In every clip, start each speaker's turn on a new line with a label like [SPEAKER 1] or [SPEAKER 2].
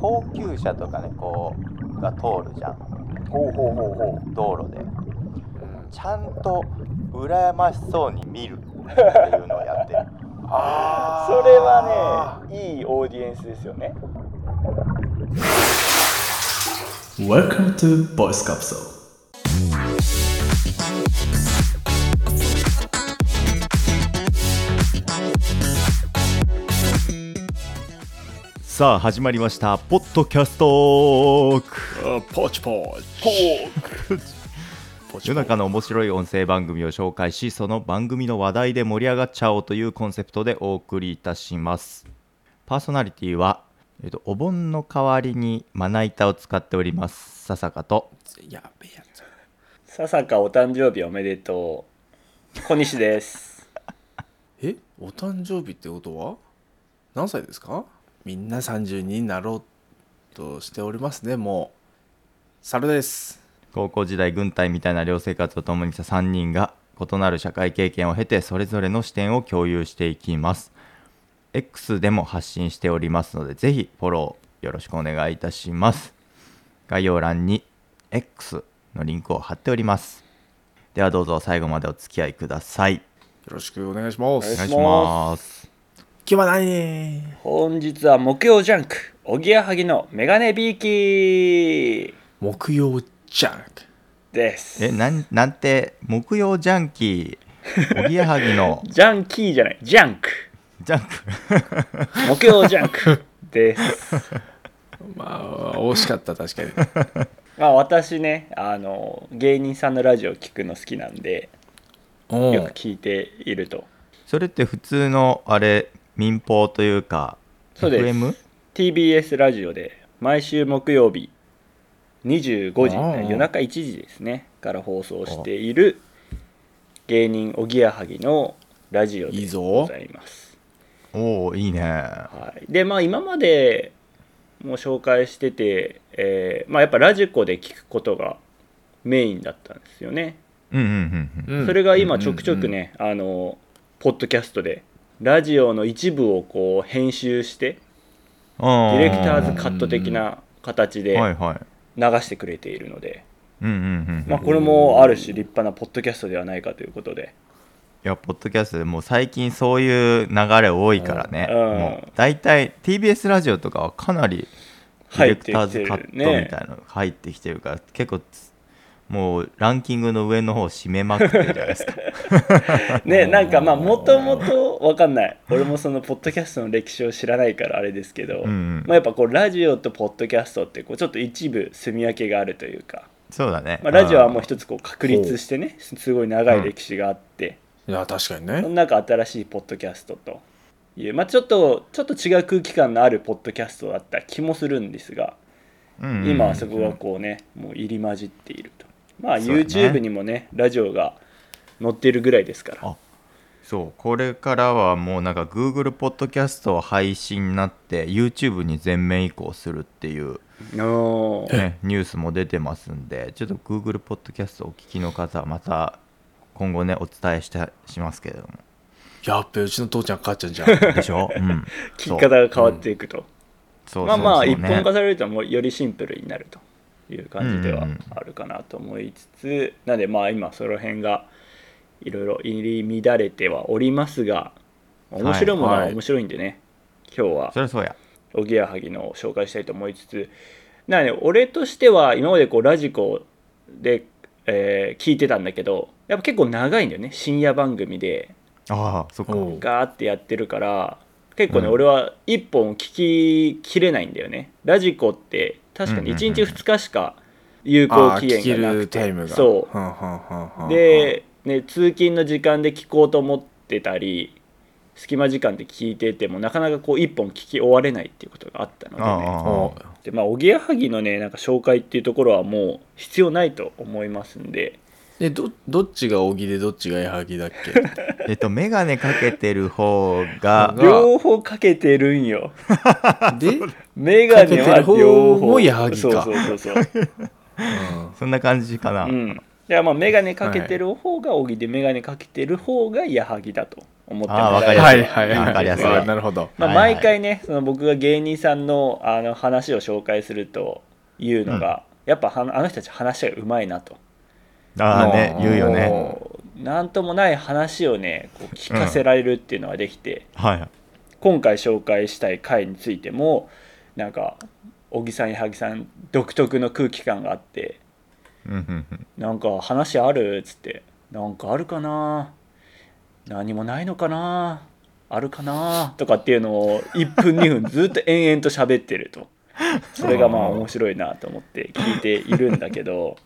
[SPEAKER 1] 高級車とかねこうが通るじゃん
[SPEAKER 2] ほうほうほうほ
[SPEAKER 1] 道路で
[SPEAKER 2] う、うん、
[SPEAKER 1] ちゃんと羨ましそうに見るっていうのをやってる
[SPEAKER 2] あ
[SPEAKER 3] それはねいいオーディエンスですよね
[SPEAKER 4] Welcome to Voice Capsule.
[SPEAKER 5] さあ始まりましたポッドキャスト
[SPEAKER 2] ねポチポチ
[SPEAKER 3] ポー
[SPEAKER 2] ポチ
[SPEAKER 5] 世の中の面白い音声番組を紹介しその番組の話題で盛り上がっちゃおうというコンセプトでお送りいたしますパーソナリティは、えっと、お盆の代わりにまな板を使っております笹香と
[SPEAKER 2] やべえやつ
[SPEAKER 3] 笹香お誕生日おめでとう小西です
[SPEAKER 2] えお誕生日ってことは何歳ですかみんな32になろうとしておりますねもう猿です
[SPEAKER 5] 高校時代軍隊みたいな寮生活を共にした3人が異なる社会経験を経てそれぞれの視点を共有していきます X でも発信しておりますのでぜひフォローよろしくお願いいたします概要欄に X のリンクを貼っておりますではどうぞ最後までお付き合いください
[SPEAKER 2] よろしくお願いします
[SPEAKER 3] お
[SPEAKER 2] 今
[SPEAKER 3] 願いします
[SPEAKER 5] お願いします
[SPEAKER 2] 日はないね
[SPEAKER 3] 本日は木曜ジャンクおぎやはぎのメガネビーキー
[SPEAKER 2] 木曜ジャンク
[SPEAKER 3] です
[SPEAKER 5] えなんなんて木曜ジャンキーおぎやはぎの
[SPEAKER 3] ジャンキーじゃないジャンク
[SPEAKER 5] ジャンク
[SPEAKER 3] 木曜ジャンク です
[SPEAKER 2] まあ惜しかった確 かに
[SPEAKER 3] まあ私ねあの芸人さんのラジオ聞くの好きなんで
[SPEAKER 2] う
[SPEAKER 3] よ
[SPEAKER 2] ん
[SPEAKER 3] く聞いていると
[SPEAKER 5] それって普通のあれ民放というか
[SPEAKER 3] そうです
[SPEAKER 5] FM?
[SPEAKER 3] TBS ラジオで毎週木曜日25
[SPEAKER 2] ああ
[SPEAKER 3] 時夜中1時ですねから放送している芸人おぎやはぎのラジオ
[SPEAKER 2] いい
[SPEAKER 3] で
[SPEAKER 2] ぞ
[SPEAKER 3] ございます
[SPEAKER 5] おおいいね
[SPEAKER 3] はい、でまあ今までもう紹介してて、えーまあ、やっぱラジコで聞くことがメインだったんですよね、
[SPEAKER 5] うんうんうん
[SPEAKER 2] うん
[SPEAKER 3] それが今ちょくちょくね、あのポッドキャストでラジオの一部をこう編集してデ
[SPEAKER 5] うん
[SPEAKER 3] ィレクターズカット的な形で
[SPEAKER 5] はいはい
[SPEAKER 3] 流してくれているので、
[SPEAKER 5] うんうんうん
[SPEAKER 3] まあ、これもある種立派なポッドキャストではないかということで
[SPEAKER 5] いやポッドキャストでもう最近そういう流れ多いからね、
[SPEAKER 3] うん
[SPEAKER 5] もう大体 TBS ラジオとかはかなりディ
[SPEAKER 3] 入
[SPEAKER 5] レ
[SPEAKER 3] っ
[SPEAKER 5] ク
[SPEAKER 3] て
[SPEAKER 5] ター
[SPEAKER 3] きて
[SPEAKER 5] ズカッ
[SPEAKER 3] る
[SPEAKER 5] トみたい
[SPEAKER 3] ね
[SPEAKER 5] なの入ってきてるから結構つもうランキングの上の方を締めまくってるじゃないですか
[SPEAKER 3] ねなんかまあもともとわかんない俺もそのポッドキャストの歴史を知らないからあれですけど、
[SPEAKER 5] うんうん
[SPEAKER 3] まあ、やっぱこ うラジオとポッドキャストってこうちょっと一部住み分けがあるというか、
[SPEAKER 5] そうだね、
[SPEAKER 3] まあ、ラジオはもう
[SPEAKER 5] う
[SPEAKER 3] 一つこう確立してねすすごい長い歴史があって、
[SPEAKER 2] いや確か
[SPEAKER 3] そ
[SPEAKER 2] にね
[SPEAKER 3] の中新しいポッドキャストという、まあ、ちょっとちょっと違う空気感のあるポッドキャストだった気もするんですが
[SPEAKER 5] んうんうん
[SPEAKER 3] 今はそこがこうねもう入り混じっているとまあ
[SPEAKER 5] そうだね
[SPEAKER 3] YouTube にもねラジオが載ってるぐらいですから
[SPEAKER 5] あそうこれからはもうなんか Google ポッドキャストを配信になって YouTube に全面移行するっていう
[SPEAKER 3] おー
[SPEAKER 5] ね、ニュースも出てますんで、ちょっと Google ポッドキャストお聞きの方はまた今後ね、お伝えしたしますけれども。
[SPEAKER 2] やっべうちの父ちゃん母ちゃんじゃん
[SPEAKER 5] でし ょうん。
[SPEAKER 3] 聞き方が変わっていくと、
[SPEAKER 5] そう
[SPEAKER 3] まあまあ
[SPEAKER 5] そう
[SPEAKER 3] 一
[SPEAKER 5] そうね
[SPEAKER 3] 本化されるともうよりシンプルになるという感じで
[SPEAKER 5] う
[SPEAKER 3] は
[SPEAKER 5] んうんうん
[SPEAKER 3] あるかなと思いつつ、なのでまあ今その辺がいろいろ入り乱れてはおりますが面白いものは
[SPEAKER 2] はい
[SPEAKER 3] 面白いんでね、今日は
[SPEAKER 5] そりゃそうや。
[SPEAKER 3] おぎやはぎのを紹介したいと思いつつなので俺としては今までこうラジコで、えー聞いてたんだけどやっぱ結構長いんだよね深夜番組で
[SPEAKER 5] ああ、そっか。
[SPEAKER 2] おう
[SPEAKER 3] ガーってやってるから結構ね、
[SPEAKER 5] うん
[SPEAKER 3] 俺は1本聞ききれないんだよねラジコって確かに1日
[SPEAKER 5] うんうんうん
[SPEAKER 3] 2日しか有効期限がなく
[SPEAKER 2] あー聞けるタイム
[SPEAKER 3] て
[SPEAKER 2] が
[SPEAKER 3] そ
[SPEAKER 2] はんはんはんはんは
[SPEAKER 3] うんで、ね、通勤の時間で聞こうと思ってたり隙間時間で聞いててもなかなかこう1本聞き終われないっていうことがあったので、
[SPEAKER 5] ああ
[SPEAKER 3] ね、
[SPEAKER 5] ああ
[SPEAKER 2] お
[SPEAKER 5] ああ
[SPEAKER 3] でまあおぎやはぎのねなんか紹介っていうところはもう必要ないと思いますんで
[SPEAKER 2] えどどっちが小木でどっちが矢作だっ け
[SPEAKER 5] えっと、メガネかけてる方が、
[SPEAKER 2] うわ
[SPEAKER 3] 両方かけてるんよ
[SPEAKER 2] で、うん
[SPEAKER 3] メガネは
[SPEAKER 2] かけてる
[SPEAKER 3] 両
[SPEAKER 2] 方
[SPEAKER 3] 方
[SPEAKER 2] も矢作か
[SPEAKER 3] そうそうそうそう
[SPEAKER 5] そんな感じかな。
[SPEAKER 3] うん、いやまあ眼鏡かけてる方が小木で眼鏡かけてる方が矢作だと思っても
[SPEAKER 5] あー
[SPEAKER 3] ら
[SPEAKER 5] わか
[SPEAKER 3] え
[SPEAKER 5] り
[SPEAKER 3] れば
[SPEAKER 5] や
[SPEAKER 2] は
[SPEAKER 5] すい
[SPEAKER 2] いはいはい
[SPEAKER 5] わかりやすい
[SPEAKER 2] あなるほど
[SPEAKER 3] まあ、
[SPEAKER 5] はいはい
[SPEAKER 3] 毎回ねその僕が芸人さんのあの話を紹介するというのが、やっぱはあの人たち話がうまいなと
[SPEAKER 5] ああね言うよね
[SPEAKER 3] こうなんともない話をねこう聞かせられるっていうのができて、
[SPEAKER 5] はいはい
[SPEAKER 3] 今回紹介したい回についてもなんか小木さん矢作さん独特の空気感があって
[SPEAKER 5] うんうんうん
[SPEAKER 3] なんか話あるっつってなんかあるかな何もないのかなあるかなとかっていうのを1分2分ずっと延々と喋ってるとそれがまあ面白いなと思って聞いているんだけど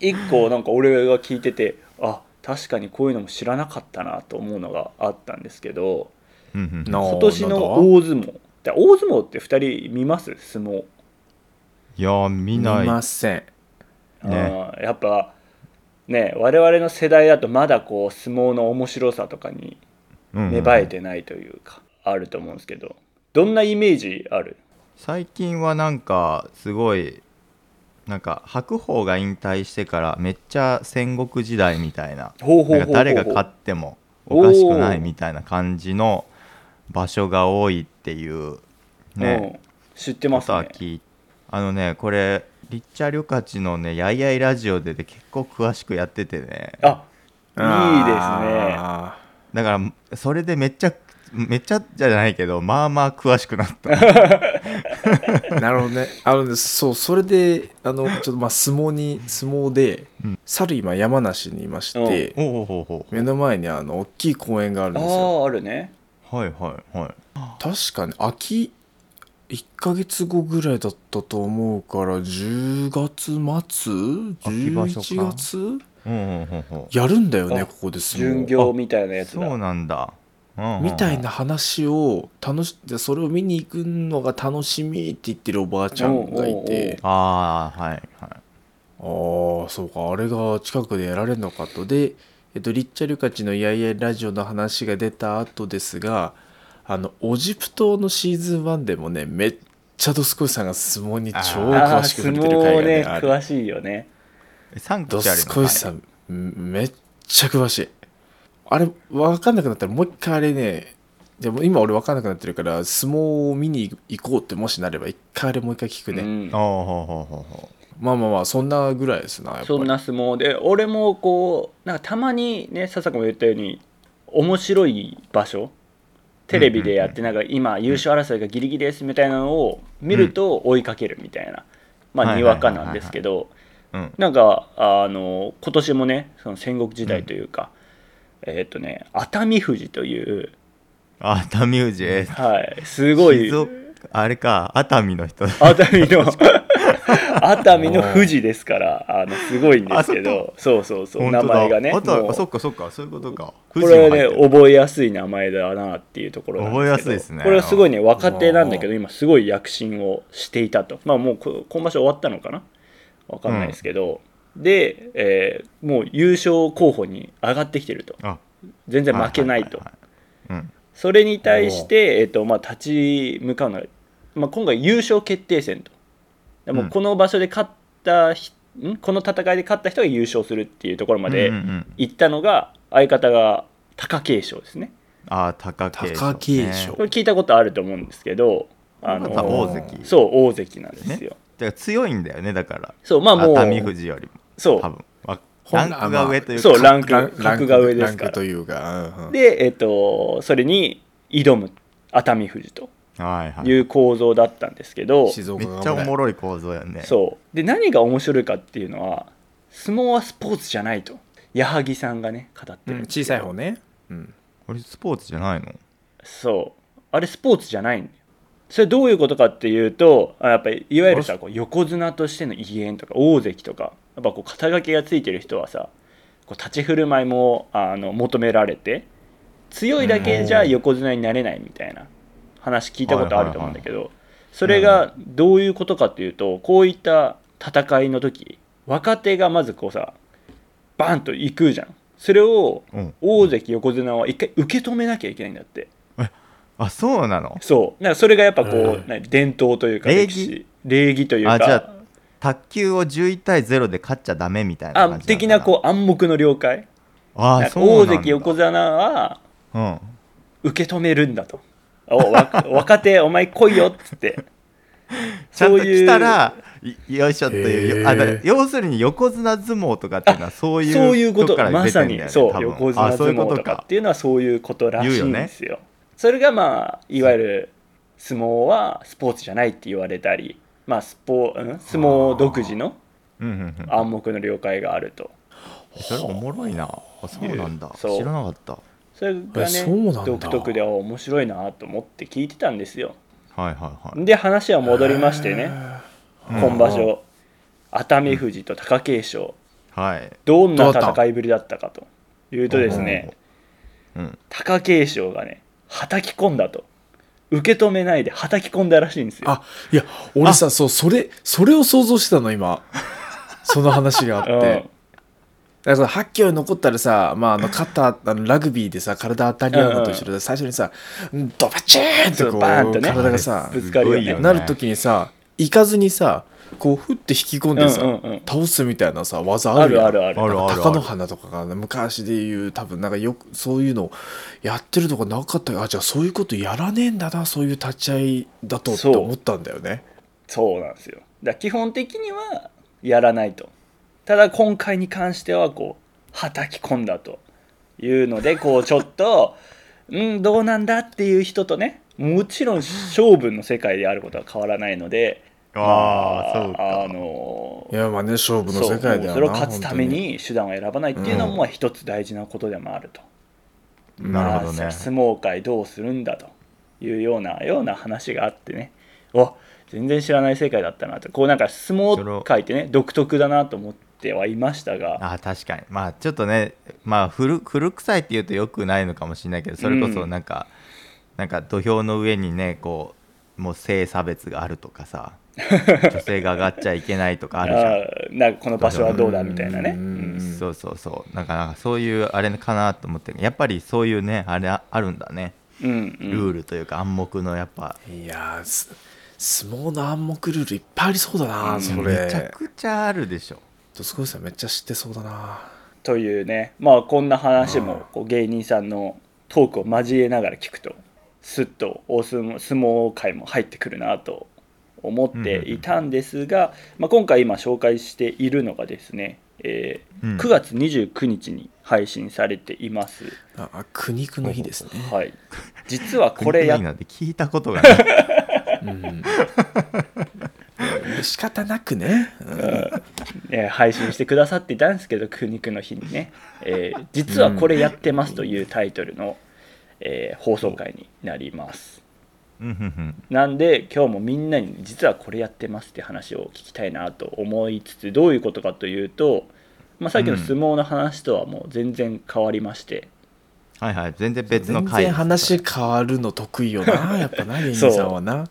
[SPEAKER 3] 1個なんか俺が聞いててあ確かにこういうのも知らなかったなと思うのがあったんですけど
[SPEAKER 5] うんうん
[SPEAKER 2] な
[SPEAKER 3] 今年
[SPEAKER 2] なんだ
[SPEAKER 3] の大相撲で大相撲って2人見ます相撲
[SPEAKER 5] いやー見ない
[SPEAKER 2] 見ません
[SPEAKER 5] ね
[SPEAKER 3] うんやっぱね我々の世代だとまだこう相撲の面白さとかに
[SPEAKER 5] うんうん
[SPEAKER 3] 芽生えてないというか、あると思うんですけどどんなイメージある
[SPEAKER 5] 最近はなんかすごいなんか白鵬が引退してからめっちゃ戦国時代みたいな
[SPEAKER 3] ほうほうほうほう
[SPEAKER 5] なんか誰が勝ってもおかしくないみたいな感じの場所が多いっていうね
[SPEAKER 3] うん知って
[SPEAKER 5] こ
[SPEAKER 3] ます
[SPEAKER 5] とは
[SPEAKER 3] ね
[SPEAKER 5] 聞いあのねこれリッチャー・リョカチのね「やいやいラジオで」で結構詳しくやっててね
[SPEAKER 3] あ
[SPEAKER 2] あ
[SPEAKER 5] だからそれでめっちゃめっちゃじゃないけどまあまあ詳しくなった
[SPEAKER 2] ーなるほどねあのねそうそれであのちょっとまあ相撲に相撲で、
[SPEAKER 5] うん
[SPEAKER 2] 猿今山梨にいまして、
[SPEAKER 5] おうほうほう
[SPEAKER 2] 目の前にあの大きい公園があるん
[SPEAKER 3] あ
[SPEAKER 2] ですよ
[SPEAKER 3] ーあるね
[SPEAKER 5] はいはいはい
[SPEAKER 2] 確かに秋1ヶ月後ぐらいだったと思うから10月末
[SPEAKER 5] 秋場所か
[SPEAKER 2] ?11 月
[SPEAKER 5] うんうんうんうん
[SPEAKER 2] やるんだよね
[SPEAKER 3] あ
[SPEAKER 2] ここで相撲
[SPEAKER 3] 巡業みたいなやつだ
[SPEAKER 5] そうなんだ、うんうんうん
[SPEAKER 2] みたいな話を楽しでそれを見に行くのが楽しみって言ってるおばあちゃんがいて
[SPEAKER 5] ああはいはい
[SPEAKER 2] ああそうかあれが近くでやられるのかとで、えっと、リッチャ・リュカチの「いやいやラジオ」の話が出た後ですがあのオジプトのシーズン1でもねめっちゃドスコイさんが相撲に超
[SPEAKER 3] あ
[SPEAKER 2] 詳
[SPEAKER 3] ー
[SPEAKER 2] しく
[SPEAKER 3] 相
[SPEAKER 2] 触れてる回
[SPEAKER 3] 撲
[SPEAKER 2] が
[SPEAKER 3] ね
[SPEAKER 2] ねある
[SPEAKER 3] 詳しいよね
[SPEAKER 5] え三
[SPEAKER 2] ド
[SPEAKER 5] 口ある
[SPEAKER 2] ス
[SPEAKER 5] の
[SPEAKER 2] コイさんめっちゃ詳しいあれ分かんなくなったらもう一回あれねでも今俺分かんなくなってるから相撲を見に行こうってもしなれば一回あれもう一回聞くね、
[SPEAKER 3] うん
[SPEAKER 5] ああほうほうほうほ
[SPEAKER 2] まあまあまあそんなぐらいですなやっぱり
[SPEAKER 3] そんな相撲で俺もこうなんかたまにね佐々子も言ったように面白い場所テレビでやってなんか今優勝争いがギリギリですみたいなのを見ると追いかけるみたいなまあ
[SPEAKER 5] はい
[SPEAKER 3] に
[SPEAKER 5] はいは
[SPEAKER 3] わ
[SPEAKER 5] い
[SPEAKER 3] かなんですけど
[SPEAKER 5] ううん
[SPEAKER 3] なんかあの今年もねその戦国時代というか、えーっとね熱海富士という、
[SPEAKER 5] あ熱海富士えー
[SPEAKER 3] はい、すごい
[SPEAKER 5] 静岡あれか熱海の人
[SPEAKER 3] 熱海 の熱海の富士ですからあのすごいんですけどそうそうそう名前がね
[SPEAKER 5] あ
[SPEAKER 3] も
[SPEAKER 5] と
[SPEAKER 3] う
[SPEAKER 5] そっかそっかそういうことか
[SPEAKER 3] こ
[SPEAKER 5] 富士
[SPEAKER 3] れ
[SPEAKER 5] も
[SPEAKER 3] は
[SPEAKER 5] 入って
[SPEAKER 3] ね
[SPEAKER 5] る
[SPEAKER 3] 覚えやすい名前だなっていうところなん
[SPEAKER 5] 覚えやすいですね
[SPEAKER 3] これはすごいね若手なんだけど今すごい躍進をしていたとまあもうこ今場所終わったのかなわかんないですけど、で、えーもう優勝候補に上がってきてると
[SPEAKER 5] あ
[SPEAKER 3] 全然負けないと、
[SPEAKER 5] はははい
[SPEAKER 3] それに対して、えーとまあ、立ち向かうのが、まあ、今回優勝決定戦とでも
[SPEAKER 5] うん
[SPEAKER 3] この場所で勝ったひ、ん、この戦いで勝った人が優勝するっていうところま
[SPEAKER 5] うん
[SPEAKER 3] で
[SPEAKER 5] うんうんうん
[SPEAKER 3] 行ったのが相方が貴景勝ですね
[SPEAKER 5] ああ貴景
[SPEAKER 2] 貴景勝
[SPEAKER 3] これ聞いたことあると思うんですけど、あ
[SPEAKER 5] ま
[SPEAKER 3] の
[SPEAKER 5] た大関
[SPEAKER 3] そう大関なんですよ。
[SPEAKER 5] だから強いんだよねだから
[SPEAKER 3] そうまあもう
[SPEAKER 5] 熱海富士よりも多
[SPEAKER 3] そう
[SPEAKER 5] 分わ
[SPEAKER 2] ほ
[SPEAKER 5] ラ
[SPEAKER 2] ん
[SPEAKER 5] ンクが上というか
[SPEAKER 3] そうランク
[SPEAKER 2] ラン
[SPEAKER 3] 格が上ですか
[SPEAKER 2] ラ
[SPEAKER 3] ら
[SPEAKER 2] ンクと。いうか、うんうん
[SPEAKER 3] でえっとそれに挑む熱海富士と
[SPEAKER 5] はいはい
[SPEAKER 3] いう構造だったんですけど、
[SPEAKER 2] 静岡
[SPEAKER 5] め
[SPEAKER 2] が
[SPEAKER 5] っちゃおもろい構造やね
[SPEAKER 3] そうで何が面白いかっていうのは相撲はスポーツじゃないと矢作さんがね語って
[SPEAKER 2] う
[SPEAKER 3] る
[SPEAKER 2] ん
[SPEAKER 3] んですけ
[SPEAKER 2] 小
[SPEAKER 3] ど
[SPEAKER 2] さい方ね、うん、
[SPEAKER 5] これスポーツじゃないの
[SPEAKER 3] そうあれスポーツじゃないんだよそれどういうことかっていうとあやっぱりいわゆるさこう横綱としての威厳とか大関とかやっぱこう肩書きがついてる人はさこう立ち振る舞いもあの求められて強いだけじゃ横綱になれないみたいな話聞いたことあると思うんだけどそれがどういうことかっていうとこういった戦いの時若手がまずこうさバンと行くじゃんそれを
[SPEAKER 5] うん
[SPEAKER 3] 大関横綱は一回受け止めなきゃいけないんだって
[SPEAKER 5] あそうなの
[SPEAKER 3] そうなんかそれがやっぱこう、
[SPEAKER 2] うん
[SPEAKER 3] 何伝統というか
[SPEAKER 5] 礼儀
[SPEAKER 3] 歴史礼儀というか
[SPEAKER 5] あじゃあ卓球を11対0で勝っちゃダメみたいな
[SPEAKER 3] あ
[SPEAKER 5] 感じ
[SPEAKER 3] 的なこう暗黙の了解
[SPEAKER 5] うあ
[SPEAKER 3] なん
[SPEAKER 5] ー
[SPEAKER 3] か
[SPEAKER 5] そうなん
[SPEAKER 3] 大
[SPEAKER 5] だ
[SPEAKER 3] 関横綱は
[SPEAKER 5] うん
[SPEAKER 3] 受け止めるんだとおわ若 手お前来いよっつって
[SPEAKER 5] ちゃん
[SPEAKER 3] そう
[SPEAKER 5] と
[SPEAKER 3] い
[SPEAKER 5] 来
[SPEAKER 3] う
[SPEAKER 5] たらいよいしょっていう
[SPEAKER 2] へ
[SPEAKER 5] よ
[SPEAKER 2] ー
[SPEAKER 5] あだから要するに横綱相撲とかっていうのはそういう
[SPEAKER 3] そういうこと
[SPEAKER 5] から
[SPEAKER 3] ま
[SPEAKER 5] 出
[SPEAKER 3] さ
[SPEAKER 5] てんだよ
[SPEAKER 3] に
[SPEAKER 5] ね
[SPEAKER 3] そ
[SPEAKER 5] 多
[SPEAKER 3] う
[SPEAKER 5] 分
[SPEAKER 3] 横綱
[SPEAKER 5] あそう
[SPEAKER 3] 相
[SPEAKER 5] いうこ
[SPEAKER 3] 撲と
[SPEAKER 5] と
[SPEAKER 3] か
[SPEAKER 5] か
[SPEAKER 3] っていうのはそういうことらしいんですよそれがまあいわゆる相撲はスポーツじゃないって言われたりまあスポ、うん、相撲独自の
[SPEAKER 5] うんうんうん
[SPEAKER 3] 暗黙の了解があると
[SPEAKER 5] それおもろいなあそうなんだ知
[SPEAKER 3] そう
[SPEAKER 5] らなかった
[SPEAKER 3] それが
[SPEAKER 2] えそうなん
[SPEAKER 3] ね
[SPEAKER 2] だ
[SPEAKER 3] 独特であ面白いなと思って聞いてたんですよ
[SPEAKER 5] はいはいはい
[SPEAKER 3] で話は戻りましてね今場所熱海富士と貴景勝
[SPEAKER 5] はい
[SPEAKER 3] どん
[SPEAKER 2] ど
[SPEAKER 3] な
[SPEAKER 2] うだった
[SPEAKER 3] 戦いぶりだったかというとですね
[SPEAKER 5] うん
[SPEAKER 3] 貴景勝がねはたき込んだと受け止めないではたき込んだらしいんですよ
[SPEAKER 2] あいや俺さそうそれそれを想像してたの今その話があって、
[SPEAKER 3] うん
[SPEAKER 2] だからその8キロ残ったらさ、まあ、あの肩あのラグビーでさ体当たり合うのと一緒で最初にさドバチーンって
[SPEAKER 3] そ
[SPEAKER 2] こ
[SPEAKER 3] う
[SPEAKER 2] う
[SPEAKER 3] バーンとね
[SPEAKER 2] 体がさ
[SPEAKER 3] ぶつかるよ
[SPEAKER 5] す
[SPEAKER 3] ね
[SPEAKER 5] ごいよね
[SPEAKER 2] なるときにさ行かずにさこうふって引き込んでさ、
[SPEAKER 3] うんうんうん
[SPEAKER 2] 倒すみたいなさ技あ
[SPEAKER 3] あ
[SPEAKER 2] るや
[SPEAKER 3] る
[SPEAKER 2] ん
[SPEAKER 3] ある
[SPEAKER 5] あ
[SPEAKER 3] ある
[SPEAKER 5] る
[SPEAKER 2] なんか貴乃花とかが昔でいう多分なんかよくそういうのやってるとかなかったよあじゃあそういうことやらねえんだなそういう立ち合いだとって
[SPEAKER 3] そう
[SPEAKER 2] 思ったんだよね
[SPEAKER 3] そうなんですよだから基本的にはやらないとただ今回に関してはこうはたき込んだというので こうちょっとうんどうなんだっていう人とねもちろん勝負の世界であることは変わらないので
[SPEAKER 5] ああそう
[SPEAKER 3] まああ
[SPEAKER 5] か
[SPEAKER 3] の
[SPEAKER 2] いやまあね勝負の
[SPEAKER 3] そう
[SPEAKER 2] 世界だよな
[SPEAKER 3] それを勝つため
[SPEAKER 2] 本
[SPEAKER 3] に手段を選ばないっていうの
[SPEAKER 2] う
[SPEAKER 3] もまあ一つ大事なことでもあると、
[SPEAKER 5] なるほど
[SPEAKER 3] まあ
[SPEAKER 5] ね
[SPEAKER 3] 相撲界どうするんだというようなような話があってねお全然知らない世界だったなとこうなんか相撲界ってね独特だなと思ってはいましたが
[SPEAKER 5] あ確かにまあちょっとねまあ古古臭いっていうとよくないのかもしれないけどそれこそなんか、なんか土俵の上にねこうもう性差別があるとかさ女性が上がっちゃいけないとかあるじゃん
[SPEAKER 3] あーなんかこの場所はどうだみたいなね、
[SPEAKER 2] うん
[SPEAKER 3] うん
[SPEAKER 5] そうそうそうなんかなんかそういうあれかなと思ってやっぱりそういうねあれああるんだね
[SPEAKER 3] うんうん
[SPEAKER 5] ルールというか暗黙のやっぱ、
[SPEAKER 2] 当にいやーす相撲の暗黙ルールいっぱいありそうだな、それ
[SPEAKER 5] めちゃくちゃあるでしょ
[SPEAKER 2] とすごいさんめっちゃ知ってそうだな
[SPEAKER 3] というねまあこんな話もこう芸人さんのトークを交えながら聞くとすっと大相撲相撲界も入ってくるなと思っていたんですが、まあ、今回今紹介しているのがですね、えー
[SPEAKER 5] うん
[SPEAKER 3] 9月29日に配信されています、
[SPEAKER 2] ああ苦肉の日ですね、
[SPEAKER 3] はい、実はこれや
[SPEAKER 5] 国の日なんて聞いたことがない
[SPEAKER 2] うん、仕方なくね、
[SPEAKER 3] えー配信してくださっていたんですけど「苦肉の日」にね、えー実はこれやってます」というタイトルの、えー放送回になります。
[SPEAKER 5] うんうんうん
[SPEAKER 3] なんで今日もみんなに実はこれやってますって話を聞きたいなと思いつつどういうことかというと、まあ、さっきの相撲の話とはもう全然変わりまして、
[SPEAKER 5] はいはい全然別の
[SPEAKER 2] 全
[SPEAKER 5] 回
[SPEAKER 2] 然話変わるの得意よなやっぱな芸人さんはな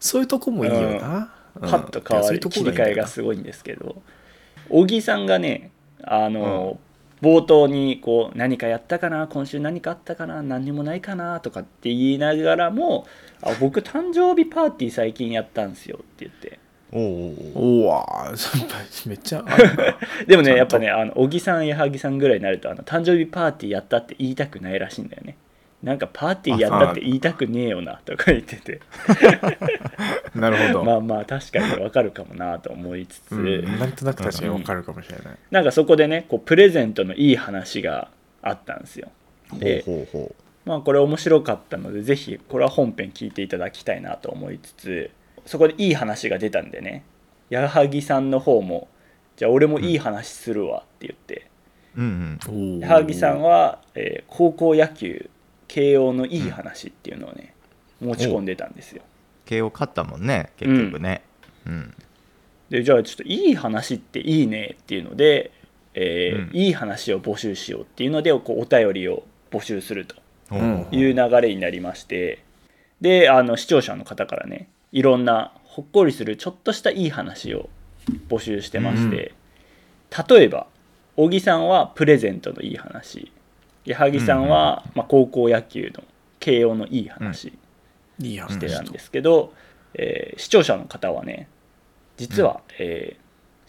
[SPEAKER 2] そういうとこもいいよな、
[SPEAKER 3] パ
[SPEAKER 2] うん
[SPEAKER 3] ッと変
[SPEAKER 2] いや
[SPEAKER 3] わ
[SPEAKER 2] そう
[SPEAKER 3] る
[SPEAKER 2] いうと
[SPEAKER 3] 切
[SPEAKER 2] こ
[SPEAKER 3] り
[SPEAKER 2] いいんだ
[SPEAKER 3] 替え
[SPEAKER 2] よな
[SPEAKER 3] がすごいんですけど小木さんがねあの、冒頭にこう何かやったかな今週何かあったかな何にもないかなとかって言いながらも「あ僕誕生日パーティー最近やったんですよ」って言って
[SPEAKER 5] おうおうおう
[SPEAKER 2] おわ先輩めっちゃあるな
[SPEAKER 3] でもね
[SPEAKER 2] ち
[SPEAKER 3] や
[SPEAKER 2] ゃ
[SPEAKER 3] っ
[SPEAKER 2] んと
[SPEAKER 3] ぱねあの小木さん矢作さんぐらいになるとあの誕生日パーティーやったって言いたくないらしいんだよねなんかパーティーやったって言いたくねえよなとか言ってて
[SPEAKER 2] なるほど、
[SPEAKER 3] まあまあ確かにわかるかもなと思いつつ、
[SPEAKER 2] うん、なんとなく確かにわかるかもしれない、
[SPEAKER 3] なんかそこでねこうプレゼントのいい話があったんですよで
[SPEAKER 5] ほうほうほ
[SPEAKER 3] まあこれ面白かったのでぜひこれは本編聞いていただきたいなと思いつつそこでいい話が出たんでね矢作さんの方もじゃあ俺もいい話するわって言って、
[SPEAKER 5] ううん
[SPEAKER 2] おー
[SPEAKER 3] 矢作さんは、えー高校野球慶応のいい話っていうのをね、持ち込んでたんですよ
[SPEAKER 5] 慶応勝ったもんね結局ねうん、
[SPEAKER 3] でじゃあちょっといい話っていいねっていうので、えー
[SPEAKER 5] うん
[SPEAKER 3] いい話を募集しようっていうのでこうお便りを募集すると
[SPEAKER 5] おう
[SPEAKER 2] うん
[SPEAKER 3] いう流れになりましてであの視聴者の方からねいろんなほっこりするちょっとしたいい話を募集してまして、例えば小木さんはプレゼントのいい話矢作さんは、まあ、高校野球の慶応のいい話
[SPEAKER 2] いい話
[SPEAKER 3] して
[SPEAKER 2] だ
[SPEAKER 3] たんですけど、えー視聴者の方はね実は、えー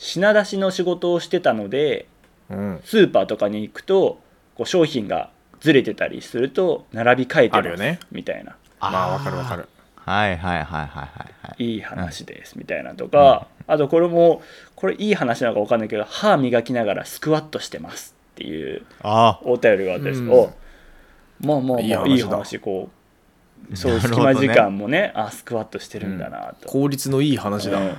[SPEAKER 3] 品出しの仕事をしてたので
[SPEAKER 2] うん
[SPEAKER 3] スーパーとかに行くとこう商品がずれてたりすると並び替えて
[SPEAKER 2] あ
[SPEAKER 3] ま
[SPEAKER 2] るよ
[SPEAKER 3] す、
[SPEAKER 2] ね
[SPEAKER 3] みたいな
[SPEAKER 2] まあわかるわかる
[SPEAKER 5] はいはいはいはいはいはい
[SPEAKER 3] いい話ですみたいなとか、あとこれもこれいい話なのか分かんないけど歯磨きながらスクワットしてますっていう
[SPEAKER 5] あ
[SPEAKER 3] お便りがあったんですけ
[SPEAKER 2] うん
[SPEAKER 3] ど、まあまあまあ
[SPEAKER 2] い
[SPEAKER 3] い
[SPEAKER 2] い
[SPEAKER 3] い
[SPEAKER 2] 話
[SPEAKER 3] 話
[SPEAKER 2] だ
[SPEAKER 3] こうそういう
[SPEAKER 5] なる
[SPEAKER 3] 隙
[SPEAKER 5] ほどね
[SPEAKER 3] 間時間もねあスクワットしてるんだなと、
[SPEAKER 2] 効率のいい話だ、
[SPEAKER 3] うん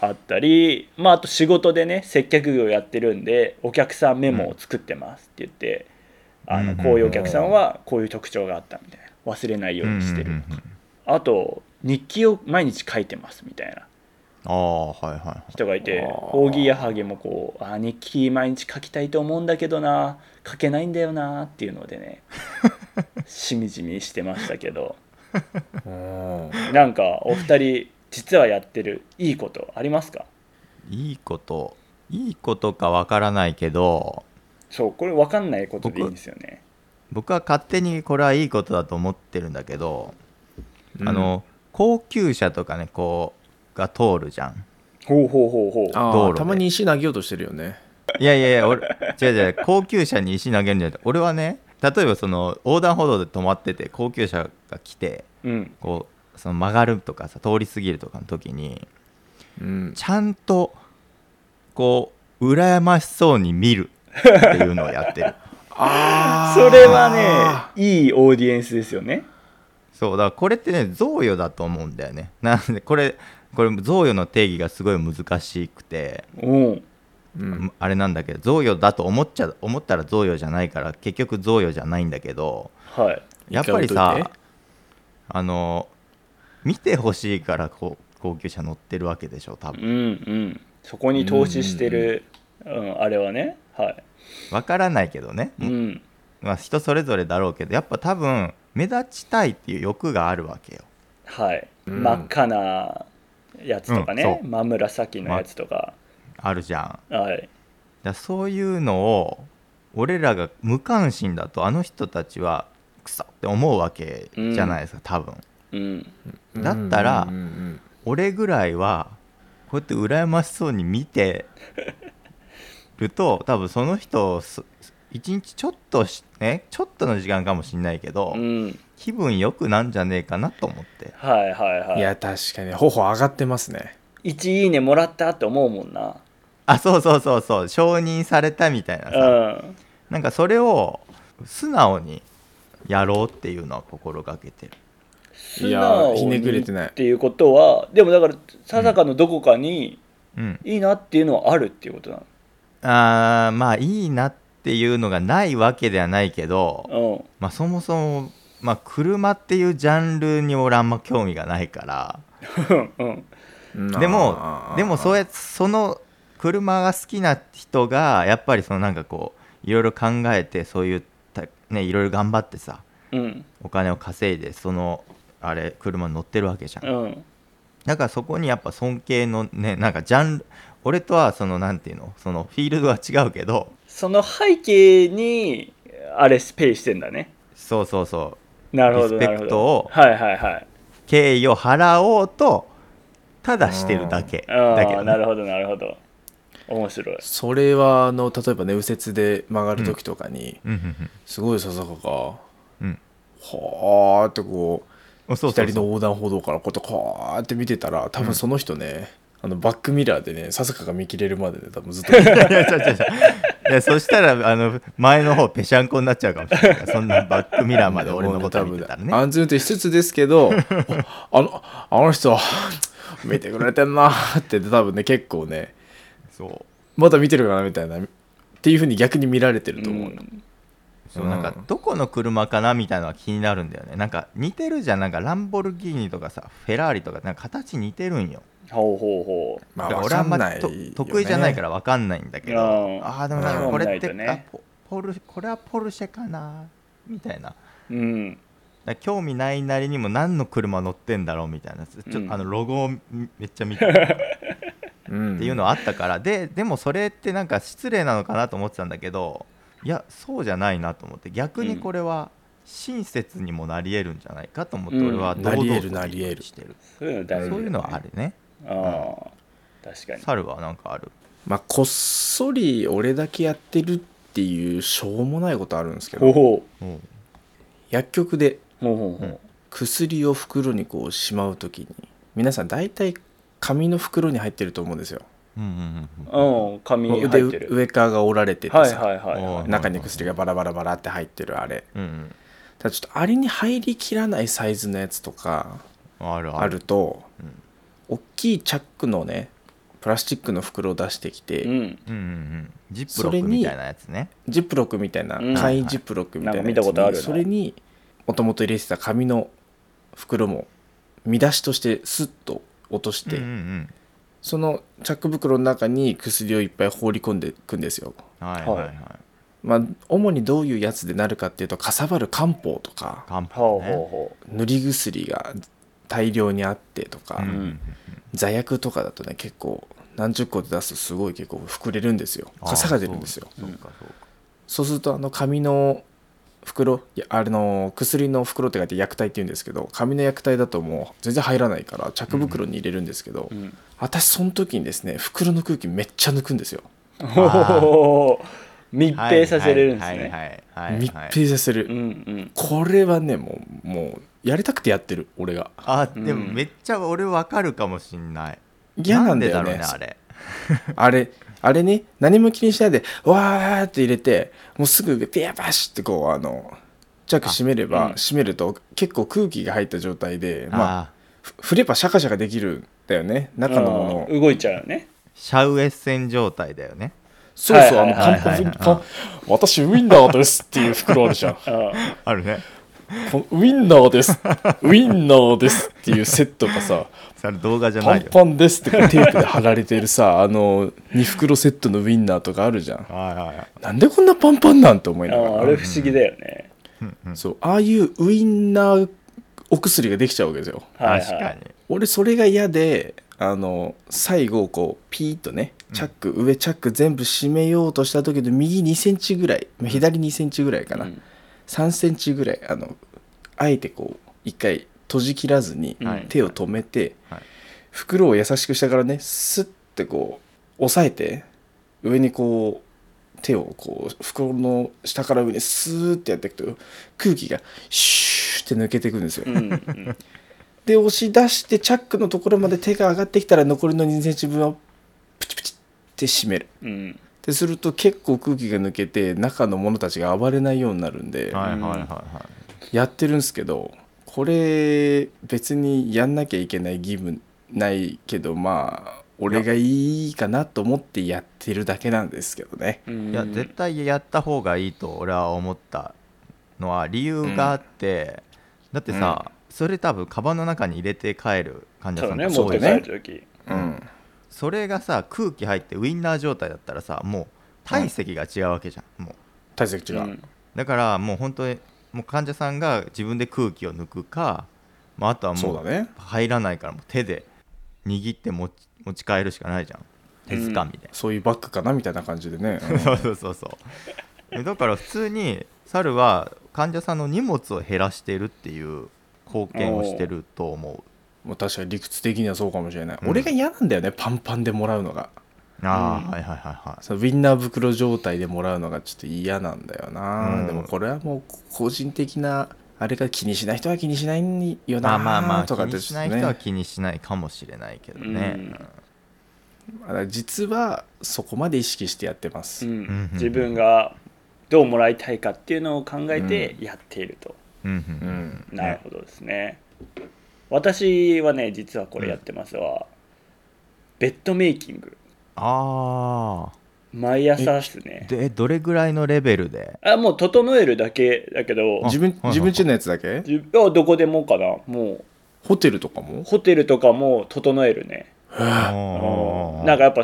[SPEAKER 3] あったり、まあ、あと仕事でね接客業やってるんでお客さんメモを作ってますって言って、あ
[SPEAKER 5] う
[SPEAKER 3] の
[SPEAKER 5] ん
[SPEAKER 3] こういうお客さんはこういう特徴があったみたいな忘れないようにしてる、
[SPEAKER 5] うんうんうんうん
[SPEAKER 3] あと日記を毎日書いてますみたいな
[SPEAKER 5] ああはいはいはい
[SPEAKER 3] 人がいて
[SPEAKER 2] あー
[SPEAKER 3] 大木やはげもこうあー日記毎日書きたいと思うんだけどな書けないんだよなっていうの でねしみじみしてましたけど
[SPEAKER 2] うん
[SPEAKER 3] なんかお二人実はやってるいいことありますか
[SPEAKER 5] いいこといいことかわからないけど
[SPEAKER 3] そうこれ分かんないことでいいんですよね
[SPEAKER 5] 僕は勝手にこれはいいことだと思ってるんだけど、
[SPEAKER 2] うん
[SPEAKER 5] あの高級車とかねこうが通るじゃん
[SPEAKER 3] ほうほうほうほう
[SPEAKER 2] あ
[SPEAKER 5] 道路
[SPEAKER 2] ー
[SPEAKER 5] で
[SPEAKER 2] たまに石投げようとしてるよね
[SPEAKER 5] いやいやいや俺違う違う高級車に石投げるんじゃなくて俺はね例えばその横断歩道で止まってて高級車が来て
[SPEAKER 3] うん
[SPEAKER 5] こうその曲がるとかさ通り過ぎるとかの時に
[SPEAKER 2] うん
[SPEAKER 5] ちゃんとこう羨ましそうに見るっていうのをやってる
[SPEAKER 2] あ
[SPEAKER 3] それはねいいオーディエンスですよね
[SPEAKER 5] そうだからこれってね贈与だと思うんだよねなんでこれこれ贈与の定義がすごい難しくて、
[SPEAKER 3] おう
[SPEAKER 2] ね、うん、
[SPEAKER 5] あれなんだけど贈与だと思っちゃ思ったら贈与じゃないから結局贈与じゃないんだけど
[SPEAKER 3] はい
[SPEAKER 5] やっぱり
[SPEAKER 2] 一回置いとい
[SPEAKER 5] さ
[SPEAKER 2] て
[SPEAKER 5] あの見てほしいからこう高級車乗ってるわけでしょ多
[SPEAKER 3] うん
[SPEAKER 5] 分
[SPEAKER 3] うんそこに投資してる、うん、あれはねはい
[SPEAKER 5] わからないけどね、
[SPEAKER 3] うん
[SPEAKER 5] まあ、人それぞれだろうけどやっぱ多分目立ちたいっていう欲があるわけよ
[SPEAKER 3] はい、
[SPEAKER 2] うん
[SPEAKER 3] 真っ赤なやつとかね、
[SPEAKER 5] う
[SPEAKER 3] 真紫のやつとか、
[SPEAKER 5] あるじゃんだか
[SPEAKER 3] はい
[SPEAKER 5] らそういうのを俺らが無関心だとあの人たちはクソって思うわけじゃないですか、多分
[SPEAKER 3] うん
[SPEAKER 5] だったら
[SPEAKER 2] うんうんうん
[SPEAKER 5] 俺ぐらいはこうやって羨ましそうに見てると多分その人をす一日ちょっとしねちょっとの時間かもしんないけど、
[SPEAKER 3] うん
[SPEAKER 5] 気分よくなんじゃねえかなと思って
[SPEAKER 3] はいはい
[SPEAKER 2] うんい
[SPEAKER 3] はい
[SPEAKER 2] や確かに頬上がってますね
[SPEAKER 3] 1いいねもらったって思うもんな
[SPEAKER 5] あそうそうそうそう承認されたみたいな
[SPEAKER 3] う
[SPEAKER 5] さ、
[SPEAKER 3] ん
[SPEAKER 5] なんかそれを素直にやろうっていうのは心がけてる
[SPEAKER 3] 素
[SPEAKER 2] いや
[SPEAKER 3] 直
[SPEAKER 2] ひね
[SPEAKER 3] に
[SPEAKER 2] くれてない
[SPEAKER 3] っていうことはでもだから定かのどこかに
[SPEAKER 5] うん
[SPEAKER 3] いいなっていうのはあるっていうことな
[SPEAKER 5] あーまあいいなっていうのがないわけではないけど、
[SPEAKER 3] の
[SPEAKER 5] まあ、そもそも、まあ、車っていうジャンルに俺あんま興味がないから
[SPEAKER 3] うんうん
[SPEAKER 5] でもでもそう
[SPEAKER 2] や
[SPEAKER 5] やってその車が好きな人がやっぱりそのなんかこういろいろ考えてそういうたねいろいろ頑張ってさ
[SPEAKER 3] うん
[SPEAKER 5] お金を稼いでそのあれ車に乗ってるわけじゃん
[SPEAKER 3] うん
[SPEAKER 5] だからそこにやっぱ尊敬のねなんかジャンル俺とはそのなんていうのそのフィールドは違うけど
[SPEAKER 3] その背景にあれスペイしてんだね
[SPEAKER 5] そうそうそう
[SPEAKER 3] なるほどなる
[SPEAKER 5] リ
[SPEAKER 3] ほ
[SPEAKER 5] スペクト
[SPEAKER 3] ど
[SPEAKER 5] を
[SPEAKER 3] はいはいはい
[SPEAKER 5] 敬意を払おうとただしてるだけ
[SPEAKER 3] あ
[SPEAKER 5] だけ
[SPEAKER 3] あ
[SPEAKER 5] ど
[SPEAKER 3] な
[SPEAKER 5] ね
[SPEAKER 3] るほどなるほど面白い
[SPEAKER 2] それはあの例えばね右折で曲がる時とかに、
[SPEAKER 5] うんうんうん
[SPEAKER 2] すごい笹坂が
[SPEAKER 5] うん
[SPEAKER 2] はーってこ
[SPEAKER 5] そう
[SPEAKER 2] う
[SPEAKER 5] そうそう
[SPEAKER 2] 左の横断歩道からこうやってはーって見てたら多分その人ね、あのバックミラーでね笹坂が見切れるまでね多分ずっと
[SPEAKER 5] いや違う違う違ういやそしたらあの前の方ぺしゃんこになっちゃうかもしれないからそんなバックミラーまで俺のこと見てたらね
[SPEAKER 2] 安全運転しつつです けどおあのあの人 見てくれてんなーって多分ね結構ね
[SPEAKER 5] そう
[SPEAKER 2] まだ見てるかなみたいなっていうふうに逆に見られてると思うよ、
[SPEAKER 3] ん
[SPEAKER 5] そう
[SPEAKER 2] うん
[SPEAKER 5] なんかどこの車かなみたいなのが気になるんだよねなんか似てるじゃんなんかランボルギーニとかさフェラーリとかなんか形似てるんよ
[SPEAKER 3] ほうほうほう
[SPEAKER 2] ま
[SPEAKER 5] だ
[SPEAKER 2] あ
[SPEAKER 5] から俺
[SPEAKER 2] わ
[SPEAKER 5] あ
[SPEAKER 2] か
[SPEAKER 5] ん
[SPEAKER 2] ん
[SPEAKER 5] ま
[SPEAKER 2] ないよ
[SPEAKER 5] と
[SPEAKER 2] ね
[SPEAKER 5] 得意じゃないから分かんないんだけど
[SPEAKER 3] うん
[SPEAKER 5] ああでもなんか
[SPEAKER 2] うん
[SPEAKER 5] これって
[SPEAKER 3] ないとね
[SPEAKER 5] あポポルこれはポルシェかなみたいなだか
[SPEAKER 3] うん
[SPEAKER 5] ら興味ないなりにも何の車乗ってんだろうみたいなちょっと、
[SPEAKER 3] うん
[SPEAKER 5] あのロゴをめっちゃ 見て
[SPEAKER 2] っ
[SPEAKER 5] っていうのはあったから、ででもそれってなんか失礼なのかなと思ってたんだけどいやそうじゃないなと思って逆にこれは親切にもなり得るんじゃないかと思って
[SPEAKER 3] うん
[SPEAKER 5] 俺は堂々と
[SPEAKER 2] なり得るなり得る
[SPEAKER 5] してる
[SPEAKER 3] そういう
[SPEAKER 5] そう
[SPEAKER 3] の大事だよね
[SPEAKER 5] いうのはあるね
[SPEAKER 3] ああ確かに
[SPEAKER 5] 猿はなんかある
[SPEAKER 2] まあこっそり俺だけやってるっっていうしょうもないことあるんですけ
[SPEAKER 3] ほう
[SPEAKER 2] ど
[SPEAKER 3] ほ
[SPEAKER 5] おう
[SPEAKER 2] 薬局で
[SPEAKER 3] うほうほうほう
[SPEAKER 2] 薬を袋にこうしまう時に皆さん大体紙の袋に入ってると思うんですよ
[SPEAKER 5] うんうんうん
[SPEAKER 3] うん、紙入
[SPEAKER 2] で
[SPEAKER 3] ってる。
[SPEAKER 2] 上側が折られててさ、
[SPEAKER 3] はいはいはいは
[SPEAKER 5] おう
[SPEAKER 2] 中に薬がバラバラバラって入ってるあれ
[SPEAKER 5] うんうん
[SPEAKER 2] ただちょっとあれに入りきらないサイズのやつとか
[SPEAKER 5] ある
[SPEAKER 2] あると
[SPEAKER 5] うん
[SPEAKER 2] 大きいチャックのねプラスチックの袋を出してきて、
[SPEAKER 3] い。うん。
[SPEAKER 5] うんうんうんジップ
[SPEAKER 2] そ
[SPEAKER 5] ロ
[SPEAKER 2] れ
[SPEAKER 5] ッ
[SPEAKER 2] に
[SPEAKER 5] クみたいなやつね
[SPEAKER 2] ジップロックみたいな
[SPEAKER 3] うん
[SPEAKER 2] 簡易ジップロックみたいなやつに
[SPEAKER 3] なんか見たことあるな
[SPEAKER 2] それにもともと入れてた紙の袋も見出しとしてスッと落として、
[SPEAKER 5] うんうん
[SPEAKER 2] そのチャック袋の中に薬をいっぱい放り込んでいくんですよ。
[SPEAKER 5] うんはいはいはい
[SPEAKER 2] まあ、主にどういうやつでなるかっていうとかさばる漢方とか
[SPEAKER 5] 漢方
[SPEAKER 3] ほう
[SPEAKER 5] ね
[SPEAKER 3] ほ
[SPEAKER 2] 塗り薬が大量にあってとか、
[SPEAKER 5] うんうん
[SPEAKER 2] 座薬とかだとね結構何十個で出すとすごい結構膨れるんですよ
[SPEAKER 5] あー
[SPEAKER 2] かさが出るんですよ
[SPEAKER 5] そうそうかそうか
[SPEAKER 2] そうするとあの紙の袋いやあの薬の袋って書いて薬体って言うんですけど紙の薬体だともう全然入らないから着袋に入れるんですけど、
[SPEAKER 3] う。うん。
[SPEAKER 2] 私その時にですね袋の空気めっちゃ抜くんですよ、
[SPEAKER 3] ほうほうほう密閉させれるんです
[SPEAKER 5] はい
[SPEAKER 3] ね。
[SPEAKER 5] はいはいはい
[SPEAKER 2] 密
[SPEAKER 5] はい
[SPEAKER 2] 閉させる、
[SPEAKER 3] うんうん。
[SPEAKER 2] これはねもうもうやりたくてやってる俺が
[SPEAKER 5] あでも
[SPEAKER 3] うん
[SPEAKER 5] めっちゃ俺わかるかもしんない
[SPEAKER 2] 嫌なんだよ
[SPEAKER 5] な
[SPEAKER 2] ね
[SPEAKER 5] んでだろうね
[SPEAKER 2] あれあれね何も気にしないでわーって入れてもうすぐピヤバシってこうあのチャック閉めれば、
[SPEAKER 3] うん
[SPEAKER 2] 閉めると結構空気が入った状態で
[SPEAKER 5] あれ
[SPEAKER 2] まあ
[SPEAKER 5] あ
[SPEAKER 2] ふ振ればシャカシャカできるんだよね中のものを
[SPEAKER 3] うん動いちゃうよね。
[SPEAKER 5] ーシャウエッセン状態だよね
[SPEAKER 2] そうそうあ
[SPEAKER 3] はい
[SPEAKER 2] の
[SPEAKER 3] はい
[SPEAKER 5] はい
[SPEAKER 2] パ
[SPEAKER 5] は
[SPEAKER 2] ン
[SPEAKER 5] い
[SPEAKER 2] パンパン私ウィンナーですっていう袋あるじ ゃん
[SPEAKER 3] あ
[SPEAKER 5] あるね
[SPEAKER 2] このウィンナーですウィンナーですっていうセット がさ
[SPEAKER 5] それ動画じゃ
[SPEAKER 2] パ
[SPEAKER 5] ない
[SPEAKER 2] ン
[SPEAKER 5] よ
[SPEAKER 2] パンですってこうテープで貼られてるさあの2袋セットのウィンナーとかあるじゃん
[SPEAKER 5] はいはいはい
[SPEAKER 2] なんでこんなパンパンなんて思い
[SPEAKER 3] あ
[SPEAKER 2] なが
[SPEAKER 3] ーあ
[SPEAKER 2] ら
[SPEAKER 3] れ不思議だよね。
[SPEAKER 2] そうああいうウインナーお薬ができちゃうわけですよ
[SPEAKER 3] はい
[SPEAKER 5] 確
[SPEAKER 3] は
[SPEAKER 5] か
[SPEAKER 3] い。
[SPEAKER 2] 俺それが嫌であの最後こうピーッとねチャック、上チャック全部閉めようとした時の右2センチぐらいまあ左2センチぐらいかな、
[SPEAKER 3] うん
[SPEAKER 2] 3センチぐらいあのあえてこう一回閉じ切らずに
[SPEAKER 3] はい
[SPEAKER 2] 手を止めて、
[SPEAKER 5] はい
[SPEAKER 2] 袋を優しく下からねスッてこう押さえて上にこう手をこう袋の下から上にスーってやっていくと空気がシューって抜けていくんですよ、
[SPEAKER 3] うんうん。
[SPEAKER 2] で押し出してチャックのところまで手が上がってきたら残りの2センチ分をプチプチって閉める
[SPEAKER 3] うん。
[SPEAKER 2] ですると結構空気が抜けて中の者たちが暴れないようになるんで、
[SPEAKER 5] はいはいはいは
[SPEAKER 2] やってるんですけどこれ別にやんなきゃいけない義務ないけどまあ俺がいいかなと思ってやってるだけなんですけどね
[SPEAKER 3] うん
[SPEAKER 5] いいや絶対やった方がいいと俺は思ったのは理由があってだってさそれ多分カバンの中に入れて帰る患者
[SPEAKER 3] そ
[SPEAKER 5] さ
[SPEAKER 3] うんね、
[SPEAKER 5] たち
[SPEAKER 3] 持って帰
[SPEAKER 2] そうよ
[SPEAKER 3] る
[SPEAKER 2] ね
[SPEAKER 3] とき。
[SPEAKER 2] うん
[SPEAKER 5] それがさ空気入ってウインナー状態だったらさもう体積が違うわけじゃんもう
[SPEAKER 2] 体積違
[SPEAKER 3] う
[SPEAKER 2] う、
[SPEAKER 3] ん
[SPEAKER 5] だからもう本当にもう患者さんが自分で空気を抜くか、まあ、あとは
[SPEAKER 2] そ
[SPEAKER 5] も
[SPEAKER 2] うだ
[SPEAKER 5] う
[SPEAKER 2] ね
[SPEAKER 5] 入らないからもう手で握って持ち持ち帰るしかないじゃん手づかみで、
[SPEAKER 2] そういうバッグかなみたいな感じでね、
[SPEAKER 5] そうそうそうそうだから普通に猿は患者さんの荷物を減らしてるっていう貢献をしてると思
[SPEAKER 2] うんもう確かに理屈的にはそうかもしれない、
[SPEAKER 5] うん
[SPEAKER 2] 俺が嫌なんだよねパンパンでもらうのが
[SPEAKER 5] うああ、はいはいはいはい
[SPEAKER 2] そのウィンナー袋状態でもらうのがちょっと嫌なんだよな、
[SPEAKER 5] うん
[SPEAKER 2] でもこれはもう個人的なあれが気にしない人は気にしないよ
[SPEAKER 5] ま
[SPEAKER 2] な
[SPEAKER 5] あまあまあ気
[SPEAKER 2] とかって
[SPEAKER 5] にしない人は気にしないかもしれないけどね、
[SPEAKER 3] うん
[SPEAKER 2] まあ実はそこまで意識してやってま
[SPEAKER 3] う
[SPEAKER 2] す、
[SPEAKER 3] ん自分がどうもらいたいかっていうのを考えてやっていると、
[SPEAKER 5] うんうん
[SPEAKER 2] う
[SPEAKER 5] うんん
[SPEAKER 3] なるほどですね私はね実はこれやってますわ、ベッドメイキング
[SPEAKER 5] ああ
[SPEAKER 3] 毎朝ですね
[SPEAKER 5] でどれぐらいのレベルで
[SPEAKER 3] あもう整えるだけだけど
[SPEAKER 2] 自分
[SPEAKER 5] あ
[SPEAKER 2] 自分家のやつだけ
[SPEAKER 3] じあどこでもかなも
[SPEAKER 2] ホテルとか
[SPEAKER 3] う
[SPEAKER 2] も
[SPEAKER 3] ホテルとかも整えるね
[SPEAKER 5] おー
[SPEAKER 3] なんかやっぱ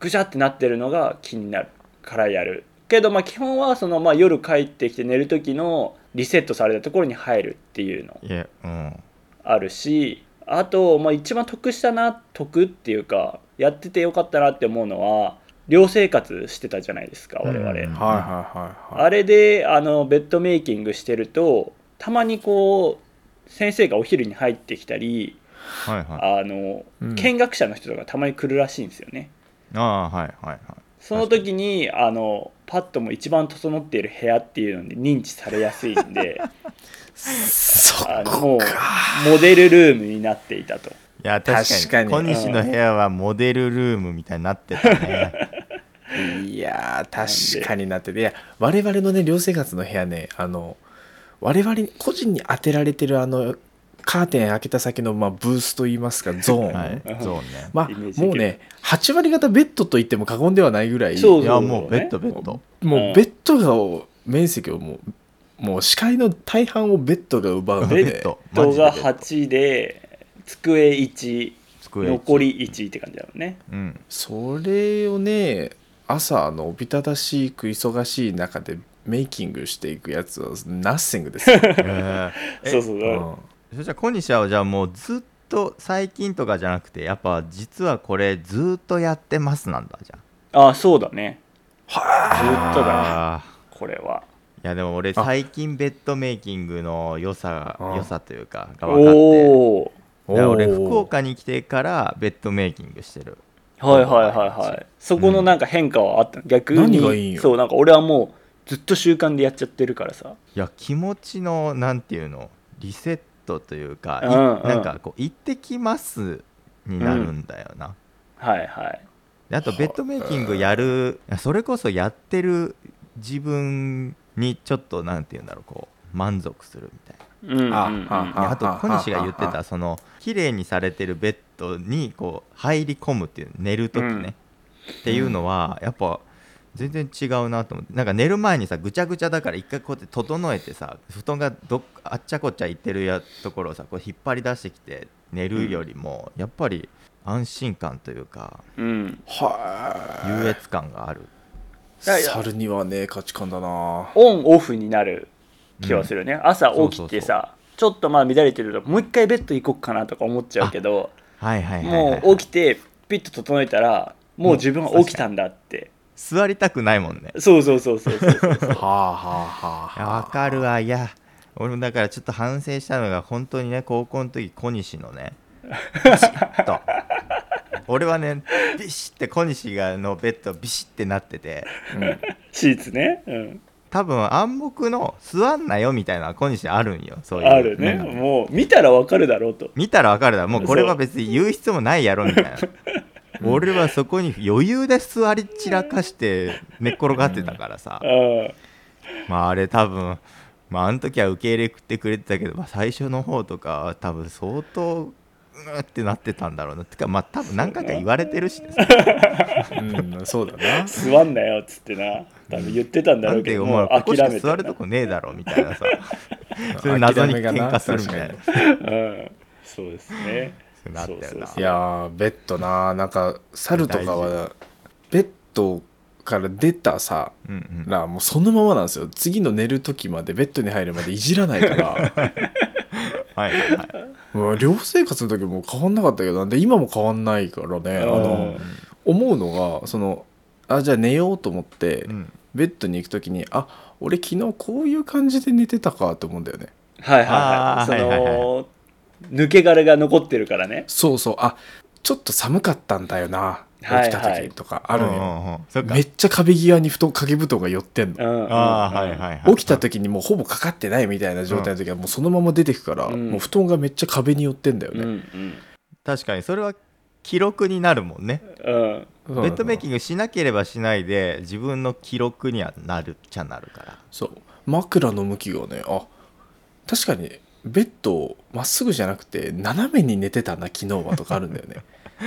[SPEAKER 3] ぐしゃってなってるのが気になるからやるけどまあ基本はその、まあ、夜帰ってきて寝る時のリセットされたところに入るっていうの
[SPEAKER 5] いやうん
[SPEAKER 3] あるしあと、まあ、一番得したな得っていうかやっててよかったなって思うのは寮生活してたじゃないですか我々、
[SPEAKER 5] うん
[SPEAKER 2] はいはいはいはい
[SPEAKER 3] あれであのベッドメイキングしてるとたまにこう先生がお昼に入ってきたり
[SPEAKER 5] はいはい
[SPEAKER 3] あの
[SPEAKER 2] うん
[SPEAKER 3] 見学者の人とかたまに来るらしいんですよね、
[SPEAKER 5] ああはいはいはい
[SPEAKER 3] その時にあのパッとも一番整っている部屋っていうのに認知されやすいんで
[SPEAKER 2] そ
[SPEAKER 3] あのもうモデルルームになっていたと
[SPEAKER 5] いや確かに
[SPEAKER 2] 確かに
[SPEAKER 5] 小西の部屋はモデルルームみたいになってたね
[SPEAKER 2] いやー確かになってていや我々のね寮生活の部屋ねあの我々に個人に当てられてるあのカーテン開けた先の、まあ、ブースといいますかゾーン、
[SPEAKER 5] はいそうね
[SPEAKER 2] まあ
[SPEAKER 3] イメージできる
[SPEAKER 2] もうね8割方ベッドと言っても過言ではないぐらい
[SPEAKER 3] そう
[SPEAKER 5] いやもうベッドベッド
[SPEAKER 2] も
[SPEAKER 3] うん
[SPEAKER 2] うベッドがを面積をもうもう視界の大半をベッドが奪うの
[SPEAKER 5] ベ
[SPEAKER 2] で
[SPEAKER 5] ッドマ
[SPEAKER 3] 人
[SPEAKER 5] ジでベ
[SPEAKER 3] が
[SPEAKER 5] ッド
[SPEAKER 3] 8で机1
[SPEAKER 5] 机一
[SPEAKER 3] 残り1って感じだろうね
[SPEAKER 5] うん
[SPEAKER 2] それをね朝あのおびただしく忙しい中でメイキングしていくやつはナッシングですよ、
[SPEAKER 5] えーえ
[SPEAKER 3] そうそう
[SPEAKER 2] う
[SPEAKER 3] そ
[SPEAKER 2] ん
[SPEAKER 5] そしたら小西はじゃあもうずっと最近とかじゃなくてやっぱ実はこれずっとやってますなんだじゃ
[SPEAKER 3] ああそうだねずっとだね
[SPEAKER 5] ああ
[SPEAKER 3] これはい
[SPEAKER 5] やでも俺最近ベッドメイキングの良さ
[SPEAKER 2] あ
[SPEAKER 5] 良さというかが分かって
[SPEAKER 3] おお
[SPEAKER 5] だから俺
[SPEAKER 2] おー
[SPEAKER 5] 福岡に来てからベッドメイキングしてる
[SPEAKER 3] はいはいはいはいそこのなんか変化はあったの逆に
[SPEAKER 2] 何がいいんよ
[SPEAKER 3] そうなんか俺はもうずっと習慣でやっちゃってるからさ
[SPEAKER 5] いや気持ちのなんていうのリセットというか、い
[SPEAKER 3] うんうん
[SPEAKER 5] なんかこう「行ってきます」になるんだよな、
[SPEAKER 3] はいはい
[SPEAKER 5] であとベッドメイキングやるいやそれこそやってる自分にちょっとなんていうんだろうこう満足するみたいな
[SPEAKER 3] うんうんうん
[SPEAKER 2] ああ
[SPEAKER 5] ああと小西が言って
[SPEAKER 2] あ
[SPEAKER 5] た
[SPEAKER 2] あ
[SPEAKER 5] その綺麗にされてるベッドにこう入り込むっていう寝る時ね、
[SPEAKER 3] うん
[SPEAKER 5] っていうのはやっぱ全然違うなと思ってなんか寝る前にさぐちゃぐちゃだから一回こうやって整えてさ布団がどっあっちゃこっちゃいってるやところをさこう引っ張り出してきて寝るよりもやっぱり安心感というか
[SPEAKER 3] うん
[SPEAKER 2] は
[SPEAKER 5] 優越感がある、
[SPEAKER 3] いやいや
[SPEAKER 2] 猿にはね価値 観だな
[SPEAKER 3] オンオフになる気はするね、朝起きてさちょっとまあ乱れてるともう一回ベッド行こっかなとか思っちゃうけど
[SPEAKER 5] はいはいはいはい、
[SPEAKER 3] もう起きてピッと整えたらもう自分は起きたんだって
[SPEAKER 5] 座りたくないもんね
[SPEAKER 3] そうそうそうそうそうそう
[SPEAKER 2] はあはあ
[SPEAKER 5] い
[SPEAKER 2] は
[SPEAKER 5] や
[SPEAKER 2] あ
[SPEAKER 5] わかるわいや俺もだからちょっと反省したのが本当にね高校の時小西のねビシッ と俺はねビシッて小西がのベッドビシッてなってて
[SPEAKER 3] シーツね、うん、
[SPEAKER 5] 多分暗黙の座んなよみたいなのは小西あるんよそういう
[SPEAKER 3] あるね
[SPEAKER 5] なんか
[SPEAKER 3] もう見たらわかるだろうと
[SPEAKER 5] 見たらわかるだろもうこれは別に言う必要もないやろみたいな俺はそこに余裕で座り散らかして寝っ転がってたからさ
[SPEAKER 3] あ
[SPEAKER 5] まああれ多分まああの時は受け入れてくれてたけど、まあ、最初の方とかは多分相当うーってなってたんだろうなてかまあ多分何回か言われてるしね、
[SPEAKER 2] うん、うん、そうだな
[SPEAKER 3] 座んなよっつってな多分言ってたんだ
[SPEAKER 5] な
[SPEAKER 3] ろ
[SPEAKER 5] ん
[SPEAKER 3] う
[SPEAKER 5] て
[SPEAKER 3] け
[SPEAKER 5] いう
[SPEAKER 3] ど
[SPEAKER 5] お前
[SPEAKER 3] もう
[SPEAKER 5] ここし
[SPEAKER 3] 諦
[SPEAKER 5] か
[SPEAKER 3] めて
[SPEAKER 5] 座るとこねえだろみたいな さそういう謎に喧嘩するみたいな
[SPEAKER 2] 諦めが
[SPEAKER 3] うん、そうですね
[SPEAKER 5] そうなったよな
[SPEAKER 3] そうそう
[SPEAKER 2] い
[SPEAKER 3] そう
[SPEAKER 2] やーベッドななんか猿とかはベッドから出たさ
[SPEAKER 5] うんうん
[SPEAKER 2] らもうそのままなんですよ次の寝る時までベッドに入るまでいじらないから
[SPEAKER 5] はいはいはい
[SPEAKER 2] もう寮生活の時も変わんなかったけどなんで今も変わんないからねあの
[SPEAKER 3] うん
[SPEAKER 2] 思うのがそのあじゃあ寝ようと思って、
[SPEAKER 5] うん
[SPEAKER 2] ベッドに行く時にあ俺昨日こういう感じで寝てたかと思うんだよね
[SPEAKER 3] はいはいは
[SPEAKER 5] あ
[SPEAKER 3] い
[SPEAKER 5] ー
[SPEAKER 3] その、
[SPEAKER 5] はいはい
[SPEAKER 3] 抜け殻が残ってるからね
[SPEAKER 2] そうそうあちょっと寒かったんだよな起
[SPEAKER 3] はいはい
[SPEAKER 2] きた時とかある
[SPEAKER 5] うん
[SPEAKER 2] よ、
[SPEAKER 5] うんうんそっか
[SPEAKER 2] めっちゃ壁際に布団掛け布団が寄ってんの
[SPEAKER 3] うんうん
[SPEAKER 5] ああはいはいはい
[SPEAKER 2] 起きた時にもうほぼかかってないみたいな状態の時はもうそのまま出てくから、
[SPEAKER 3] うん
[SPEAKER 2] もう布団がめっちゃ壁に寄ってんだよ
[SPEAKER 3] うんう
[SPEAKER 2] ね、
[SPEAKER 3] ん
[SPEAKER 5] 確かにそれは記録になるもんね
[SPEAKER 3] うん
[SPEAKER 2] そうなの
[SPEAKER 5] ベッドメイキングしなければしないで自分の記録にはなるっちゃなるから
[SPEAKER 2] そう枕の向きがねあ確かにベッドまっすぐじゃなくて斜めに寝てたな昨日はとかある んだよね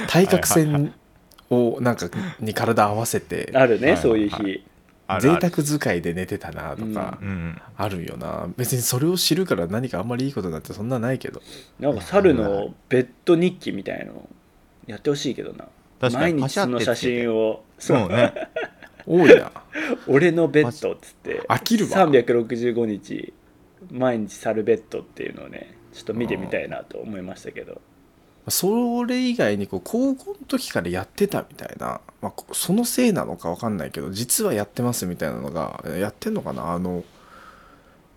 [SPEAKER 2] 対角線をなんかに体合わせて
[SPEAKER 3] ある
[SPEAKER 5] はいはい
[SPEAKER 3] ね、
[SPEAKER 5] はい
[SPEAKER 3] そういう日
[SPEAKER 5] ある
[SPEAKER 2] 贅
[SPEAKER 5] ある
[SPEAKER 2] 沢使いで寝てたなとか
[SPEAKER 5] うんうん
[SPEAKER 2] あるよな別にそれを知るから何かあんまりいいことなんてそんなないけど
[SPEAKER 3] なんか猿のベッド日記みたいのやってほしいけどな
[SPEAKER 5] 確かに
[SPEAKER 3] 毎日その写真をそう
[SPEAKER 5] そうね
[SPEAKER 2] 多いな
[SPEAKER 3] 俺のベッドっつって
[SPEAKER 2] 飽き るわ
[SPEAKER 3] 365日毎日猿ベッドっていうのをねちょっと見てみたいなと思いましたけど
[SPEAKER 2] それ以外にこう高校の時からやってたみたいな、まあ、こそのせいなのか分かんないけど実はやってますみたいなのがやってんのかなあの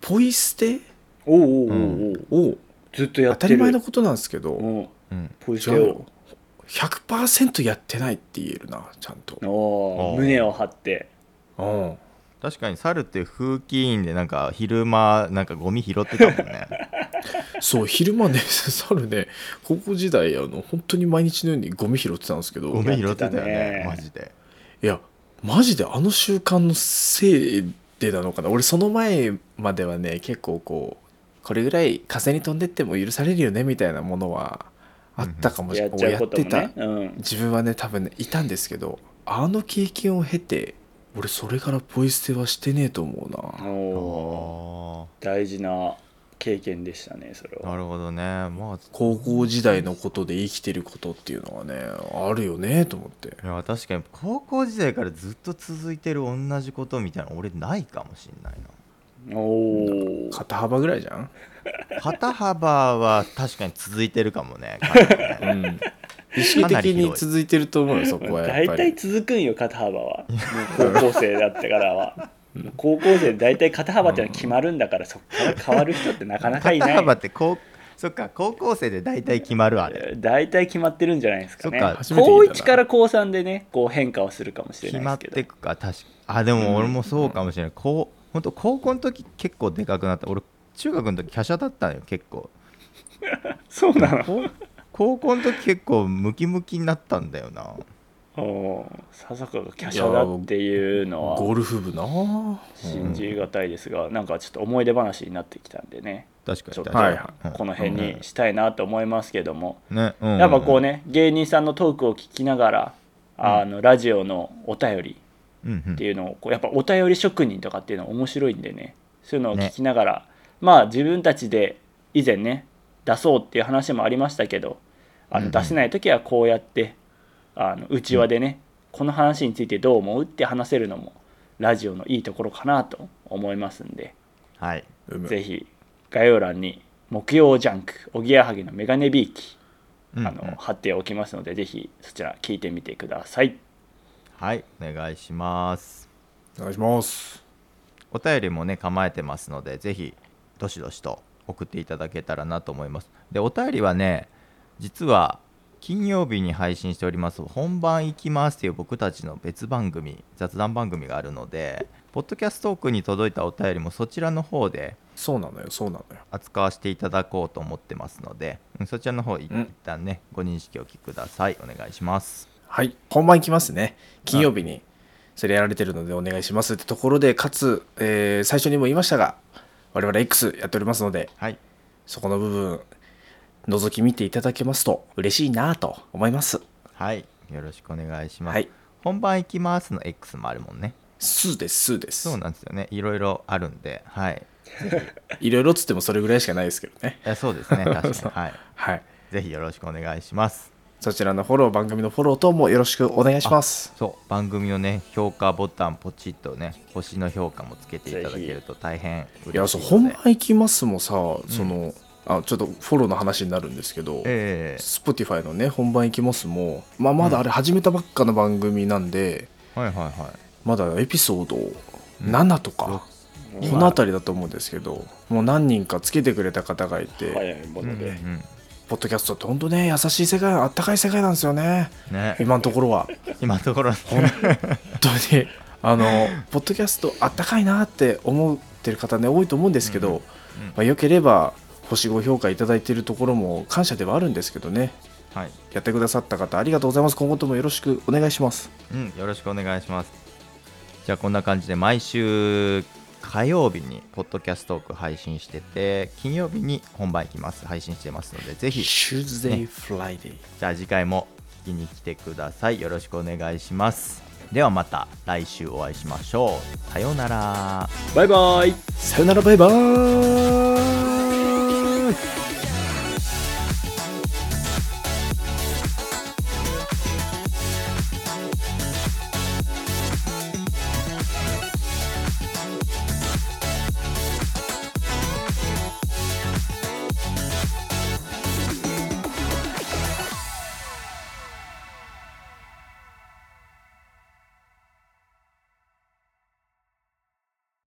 [SPEAKER 2] ポイ捨て
[SPEAKER 3] おうおうおうおう
[SPEAKER 2] を
[SPEAKER 3] ずっとやっ
[SPEAKER 2] 当
[SPEAKER 3] て
[SPEAKER 2] た
[SPEAKER 3] る
[SPEAKER 2] り前のことなんですけど
[SPEAKER 3] うん
[SPEAKER 5] うん
[SPEAKER 3] ポイ捨
[SPEAKER 2] 違
[SPEAKER 3] て
[SPEAKER 2] う
[SPEAKER 3] を
[SPEAKER 2] よ100%やってないって言えるなちゃんと
[SPEAKER 3] お
[SPEAKER 5] お
[SPEAKER 3] お
[SPEAKER 5] ー
[SPEAKER 3] 胸を張って
[SPEAKER 2] うん
[SPEAKER 5] 確かに猿って風紀委員でなんか昼間なんかゴミ拾ってたもんね
[SPEAKER 2] そう昼間ね猿ね高校時代あの本当に毎日のようにゴミ拾ってたんですけど
[SPEAKER 5] ゴミ拾ってたよね
[SPEAKER 3] やってたね
[SPEAKER 5] マジで
[SPEAKER 2] いやマジであの習慣のせいでなのかな俺その前まではね結構こうこれぐらい風に飛んでっても許されるよねみたいなものはあったかもし
[SPEAKER 3] や
[SPEAKER 2] れ
[SPEAKER 3] っ
[SPEAKER 2] ない、
[SPEAKER 3] ちゃう
[SPEAKER 2] やっ
[SPEAKER 3] こと
[SPEAKER 2] て
[SPEAKER 3] も
[SPEAKER 2] た、
[SPEAKER 3] ね、うん、
[SPEAKER 2] 自分はね多分ねいたんですけどあの経験を経て俺それからポイ捨てはしてねえと思うな、
[SPEAKER 3] おー
[SPEAKER 5] あ
[SPEAKER 3] 大事な経験でしたねそれ
[SPEAKER 5] あな
[SPEAKER 3] は
[SPEAKER 5] るほどねまあ
[SPEAKER 2] 高校時代のことで生きてることっていうのはねあるよねと思って
[SPEAKER 5] いや確かに高校時代からずっと続いてる同じことみたいなの俺ないかもしんない
[SPEAKER 3] おおー
[SPEAKER 2] 肩幅ぐらいじゃん
[SPEAKER 5] な肩幅は確かに続いてるかもね
[SPEAKER 2] うん意識的に続いてると思うよそこはやっ
[SPEAKER 3] 大
[SPEAKER 2] ぱ
[SPEAKER 3] 体
[SPEAKER 2] り
[SPEAKER 3] 続くんよ肩幅 はもう高校生だってからは高校生で大体肩幅ってのは決まるんだから、そこから変わる人って なかなかいな
[SPEAKER 5] 肩
[SPEAKER 3] い
[SPEAKER 5] 幅ってこうそっか高校生で大体決まるあれ
[SPEAKER 3] 大体決まってるんじゃないですかね
[SPEAKER 5] そっか
[SPEAKER 2] 初めて
[SPEAKER 3] 高
[SPEAKER 2] 聞いたな
[SPEAKER 3] 1から高3でねこう変化をするかもしれ
[SPEAKER 5] 決
[SPEAKER 3] な
[SPEAKER 5] ま
[SPEAKER 3] い
[SPEAKER 5] っ
[SPEAKER 3] ですけど
[SPEAKER 5] てくか確かあでも俺もそうかもしれない、こう本当高校の時結構でかくなった俺中学の時華奢だったのよ結構
[SPEAKER 3] そうなの
[SPEAKER 5] こう高校の時結構ムキムキになったんだよな
[SPEAKER 3] おー笹川が華奢だっていうのは
[SPEAKER 2] ゴルフ部なぁ
[SPEAKER 3] 信じがたいですが、なんかちょっと思い出話になってきたんでね
[SPEAKER 5] 確かに
[SPEAKER 3] ちょっ
[SPEAKER 5] 確
[SPEAKER 3] と、
[SPEAKER 5] か
[SPEAKER 2] は
[SPEAKER 5] に
[SPEAKER 2] いは
[SPEAKER 5] うん
[SPEAKER 3] この辺にしたいなと思いますけども、
[SPEAKER 5] ねうん
[SPEAKER 3] やっぱこうね芸人さんのトークを聞きながらあのラジオのお便り
[SPEAKER 5] うんうん
[SPEAKER 3] っていうのをこうやっぱお便り職人とかっていうの面白いんでねそういうのを聞きながら、まあ自分たちで以前ね出そうっていう話もありましたけどあ
[SPEAKER 5] うんう
[SPEAKER 3] の
[SPEAKER 5] ん
[SPEAKER 3] 出せない時はこうやってあの内輪でね、この話についてどう思うって話せるのもラジオのいいところかなと思いますんで
[SPEAKER 5] はい
[SPEAKER 2] うん
[SPEAKER 3] ぜひ概要欄に「木曜ジャンクおぎやはぎのメガネビーキ」あ
[SPEAKER 5] うんう
[SPEAKER 3] の
[SPEAKER 5] ん
[SPEAKER 3] 貼っておきますのでぜひそちら聞いてみてください。
[SPEAKER 5] はいお願いします
[SPEAKER 2] お願いします
[SPEAKER 5] お便りもね構えてますのでぜひどしどしと送っていただけたらなと思いますでお便りはね実は金曜日に配信しております「本番行きます」という僕たちの別番組雑談番組があるのでポッドキャストトークに届いたお便りもそちらの方で
[SPEAKER 2] そうなのよそうなのよ
[SPEAKER 5] 扱わせていただこうと思ってますのでうんそちらの方一旦ねご認識お聞きくださいお願いします
[SPEAKER 2] はい本番いきますね金曜日にそれやられてるのでお願いしますってところでかつ、えー最初にも言いましたが我々 X やっておりますので
[SPEAKER 5] はい
[SPEAKER 2] そこの部分覗き見ていただけますと嬉しいなと思います
[SPEAKER 5] はいよろしくお願いします、
[SPEAKER 2] はい
[SPEAKER 5] 本番行きますの X もあるもんね
[SPEAKER 2] 数です数で
[SPEAKER 5] そう
[SPEAKER 2] す
[SPEAKER 5] なんですよねいろいろあるんではい
[SPEAKER 2] いろいろっつってもそれぐらいしかないですけどね
[SPEAKER 5] えそう ですね確かに
[SPEAKER 2] そう
[SPEAKER 5] はい
[SPEAKER 2] はい
[SPEAKER 5] ぜひよろしくお願いします
[SPEAKER 2] そちらのフォロー番組のフォロー等もよろしくお願いします
[SPEAKER 5] そう番組のね評価ボタンポチッとね星の評価もつけていただけると大変嬉しいの
[SPEAKER 2] い
[SPEAKER 5] で
[SPEAKER 2] やそう本番いきますもさその、あちょっとフォローの話になるんですけど、
[SPEAKER 5] え
[SPEAKER 2] Spotify のね本番いきますも、まあ、まだあれ始めたばっかの番組なんで、
[SPEAKER 5] えはいはいは
[SPEAKER 2] まだエピソード7とか、
[SPEAKER 3] うん
[SPEAKER 2] この辺りだと思うんですけどもう何人かつけてくれた方がいて、
[SPEAKER 3] 早いも
[SPEAKER 5] い、
[SPEAKER 3] ので、
[SPEAKER 5] うんうん
[SPEAKER 2] ポッドキャストって本当ね優しい世界あったかい世界なんですよね
[SPEAKER 5] ね
[SPEAKER 2] 今のところは
[SPEAKER 5] 今のところ
[SPEAKER 2] 本当にあのポッドキャストあったかいなって思ってる方ね多いと思うんですけ
[SPEAKER 5] うん
[SPEAKER 2] ど、まあ、よければ星5評価いただいているところも感謝ではあるんですけどね
[SPEAKER 5] はい、
[SPEAKER 2] やってくださった方ありがとうございます今後ともよろしくお願いします
[SPEAKER 5] うん、よろしくお願いしますじゃあこんな感じで毎週火曜日にポッドキャストトーク配信してて金曜日に本番いきます配信してますのでぜひ
[SPEAKER 2] Tuesday Friday
[SPEAKER 5] じゃあ次回も聞きに来てください。よろしくお願いします。ではまた来週お会いしましょう。さようなら。
[SPEAKER 3] バイバイ
[SPEAKER 2] さよならバイバーイ